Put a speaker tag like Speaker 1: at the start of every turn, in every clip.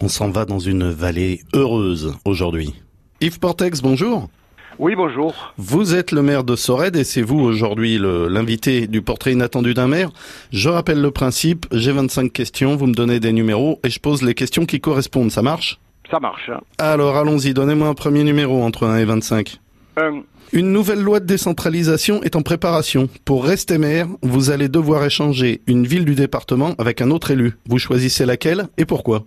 Speaker 1: On s'en va dans une vallée heureuse aujourd'hui. Yves Portex, bonjour.
Speaker 2: Oui, bonjour.
Speaker 1: Vous êtes le maire de Sorède et c'est vous aujourd'hui le- l'invité du portrait inattendu d'un maire. Je rappelle le principe, j'ai 25 questions, vous me donnez des numéros et je pose les questions qui correspondent, ça marche
Speaker 2: Ça marche. hein.
Speaker 1: Alors allons-y, donnez-moi un premier numéro entre 1 et 25.
Speaker 2: Un,
Speaker 1: Une nouvelle loi de décentralisation est en préparation. Pour rester maire, vous allez devoir échanger une ville du département avec un autre élu. Vous choisissez laquelle et pourquoi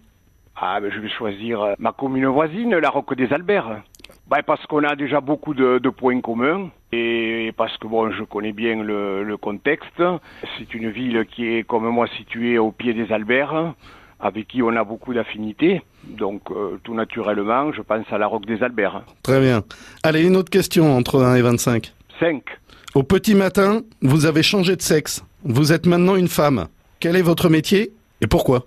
Speaker 2: Ah, ben, je vais choisir euh, ma commune voisine, la Roque des Alberts. Ben, parce qu'on a déjà beaucoup de, de points communs et parce que bon, je connais bien le, le contexte. C'est une ville qui est, comme moi, située au pied des Alberts, avec qui on a beaucoup d'affinités. Donc, euh, tout naturellement, je pense à la Roque des Alberts.
Speaker 1: Très bien. Allez, une autre question entre 1 et 25.
Speaker 2: Cinq.
Speaker 1: Au petit matin, vous avez changé de sexe. Vous êtes maintenant une femme. Quel est votre métier et pourquoi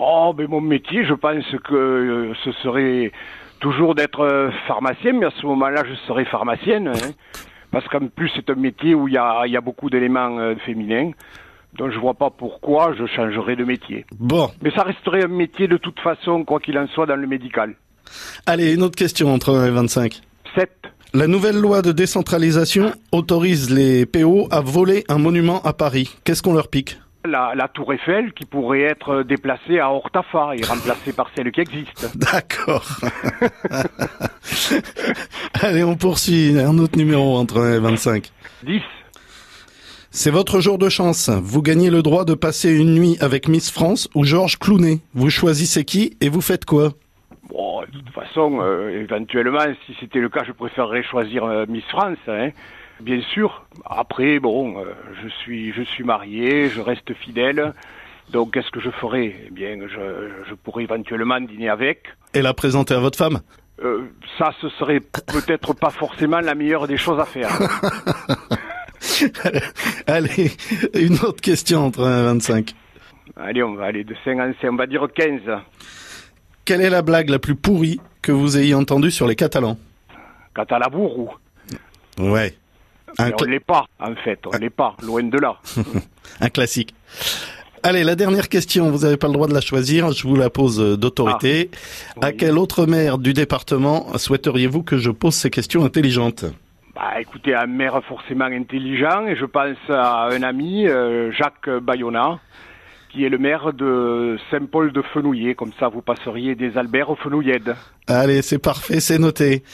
Speaker 2: Oh, mais mon métier, je pense que euh, ce serait toujours d'être euh, pharmacien, mais à ce moment-là, je serais pharmacienne. hein. parce qu'en plus, c'est un métier où il y a, il y a beaucoup d'éléments euh, féminins. Donc, je vois pas pourquoi je changerais de métier.
Speaker 1: Bon,
Speaker 2: Mais ça resterait un métier de toute façon, quoi qu'il en soit, dans le médical.
Speaker 1: allez, une autre question entre 1 et 25.
Speaker 2: 7.
Speaker 1: La nouvelle loi de décentralisation autorise les PO à voler un monument à Paris. Qu'est-ce qu'on leur pique
Speaker 2: La, la tour Eiffel qui pourrait être euh, déplacée à Hortafa et remplacée par celle qui existe.
Speaker 1: D'accord. Allez, on poursuit. Un autre numéro entre 1 et 25.
Speaker 2: 10.
Speaker 1: C'est votre jour de chance. Vous gagnez le droit de passer une nuit avec Miss France ou Georges Clounet. Vous choisissez qui et vous faites quoi
Speaker 2: Bon, de toute façon, euh, éventuellement, si c'était le cas, je préférerais choisir euh, Miss France, hein, bien sûr. Après, bon, euh, je suis, je suis marié, je reste fidèle. Donc, qu'est-ce que je ferais Eh bien, je, je pourrais éventuellement dîner avec.
Speaker 1: Et la présenter à votre femme
Speaker 2: Euh, ça, ce serait peut-être pas forcément la meilleure des choses à faire.
Speaker 1: Allez, une autre question entre 1 et 25.
Speaker 2: Allez, on va aller de 5 en 5, on va dire 15.
Speaker 1: Quelle est la blague la plus pourrie que vous ayez entendue sur les Catalans
Speaker 2: Quant à la bourre,
Speaker 1: Ouais. Un,
Speaker 2: on
Speaker 1: cla-
Speaker 2: l'est pas, en fait, on l'est pas, loin de là.
Speaker 1: un classique. Allez, la dernière question, vous n'avez pas le droit de la choisir, je vous la pose euh, d'autorité. À
Speaker 2: Ah, Oui.
Speaker 1: quel autre maire du département souhaiteriez-vous que je pose ces questions intelligentes
Speaker 2: Bah, écoutez, un maire forcément intelligent, et je pense à un ami, euh, Jacques Bayona, qui est le maire de Saint-Paul de Fenouillet. Comme ça, vous passeriez des Albert aux Fenouillèdes.
Speaker 1: Allez, c'est parfait, c'est noté.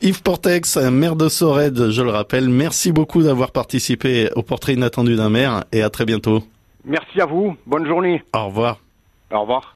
Speaker 1: Yves Portex, maire de Sorède, je le rappelle, merci beaucoup d'avoir participé au portrait inattendu d'un maire et à très bientôt.
Speaker 2: Merci à vous. Bonne journée.
Speaker 1: Au revoir.
Speaker 2: Au revoir.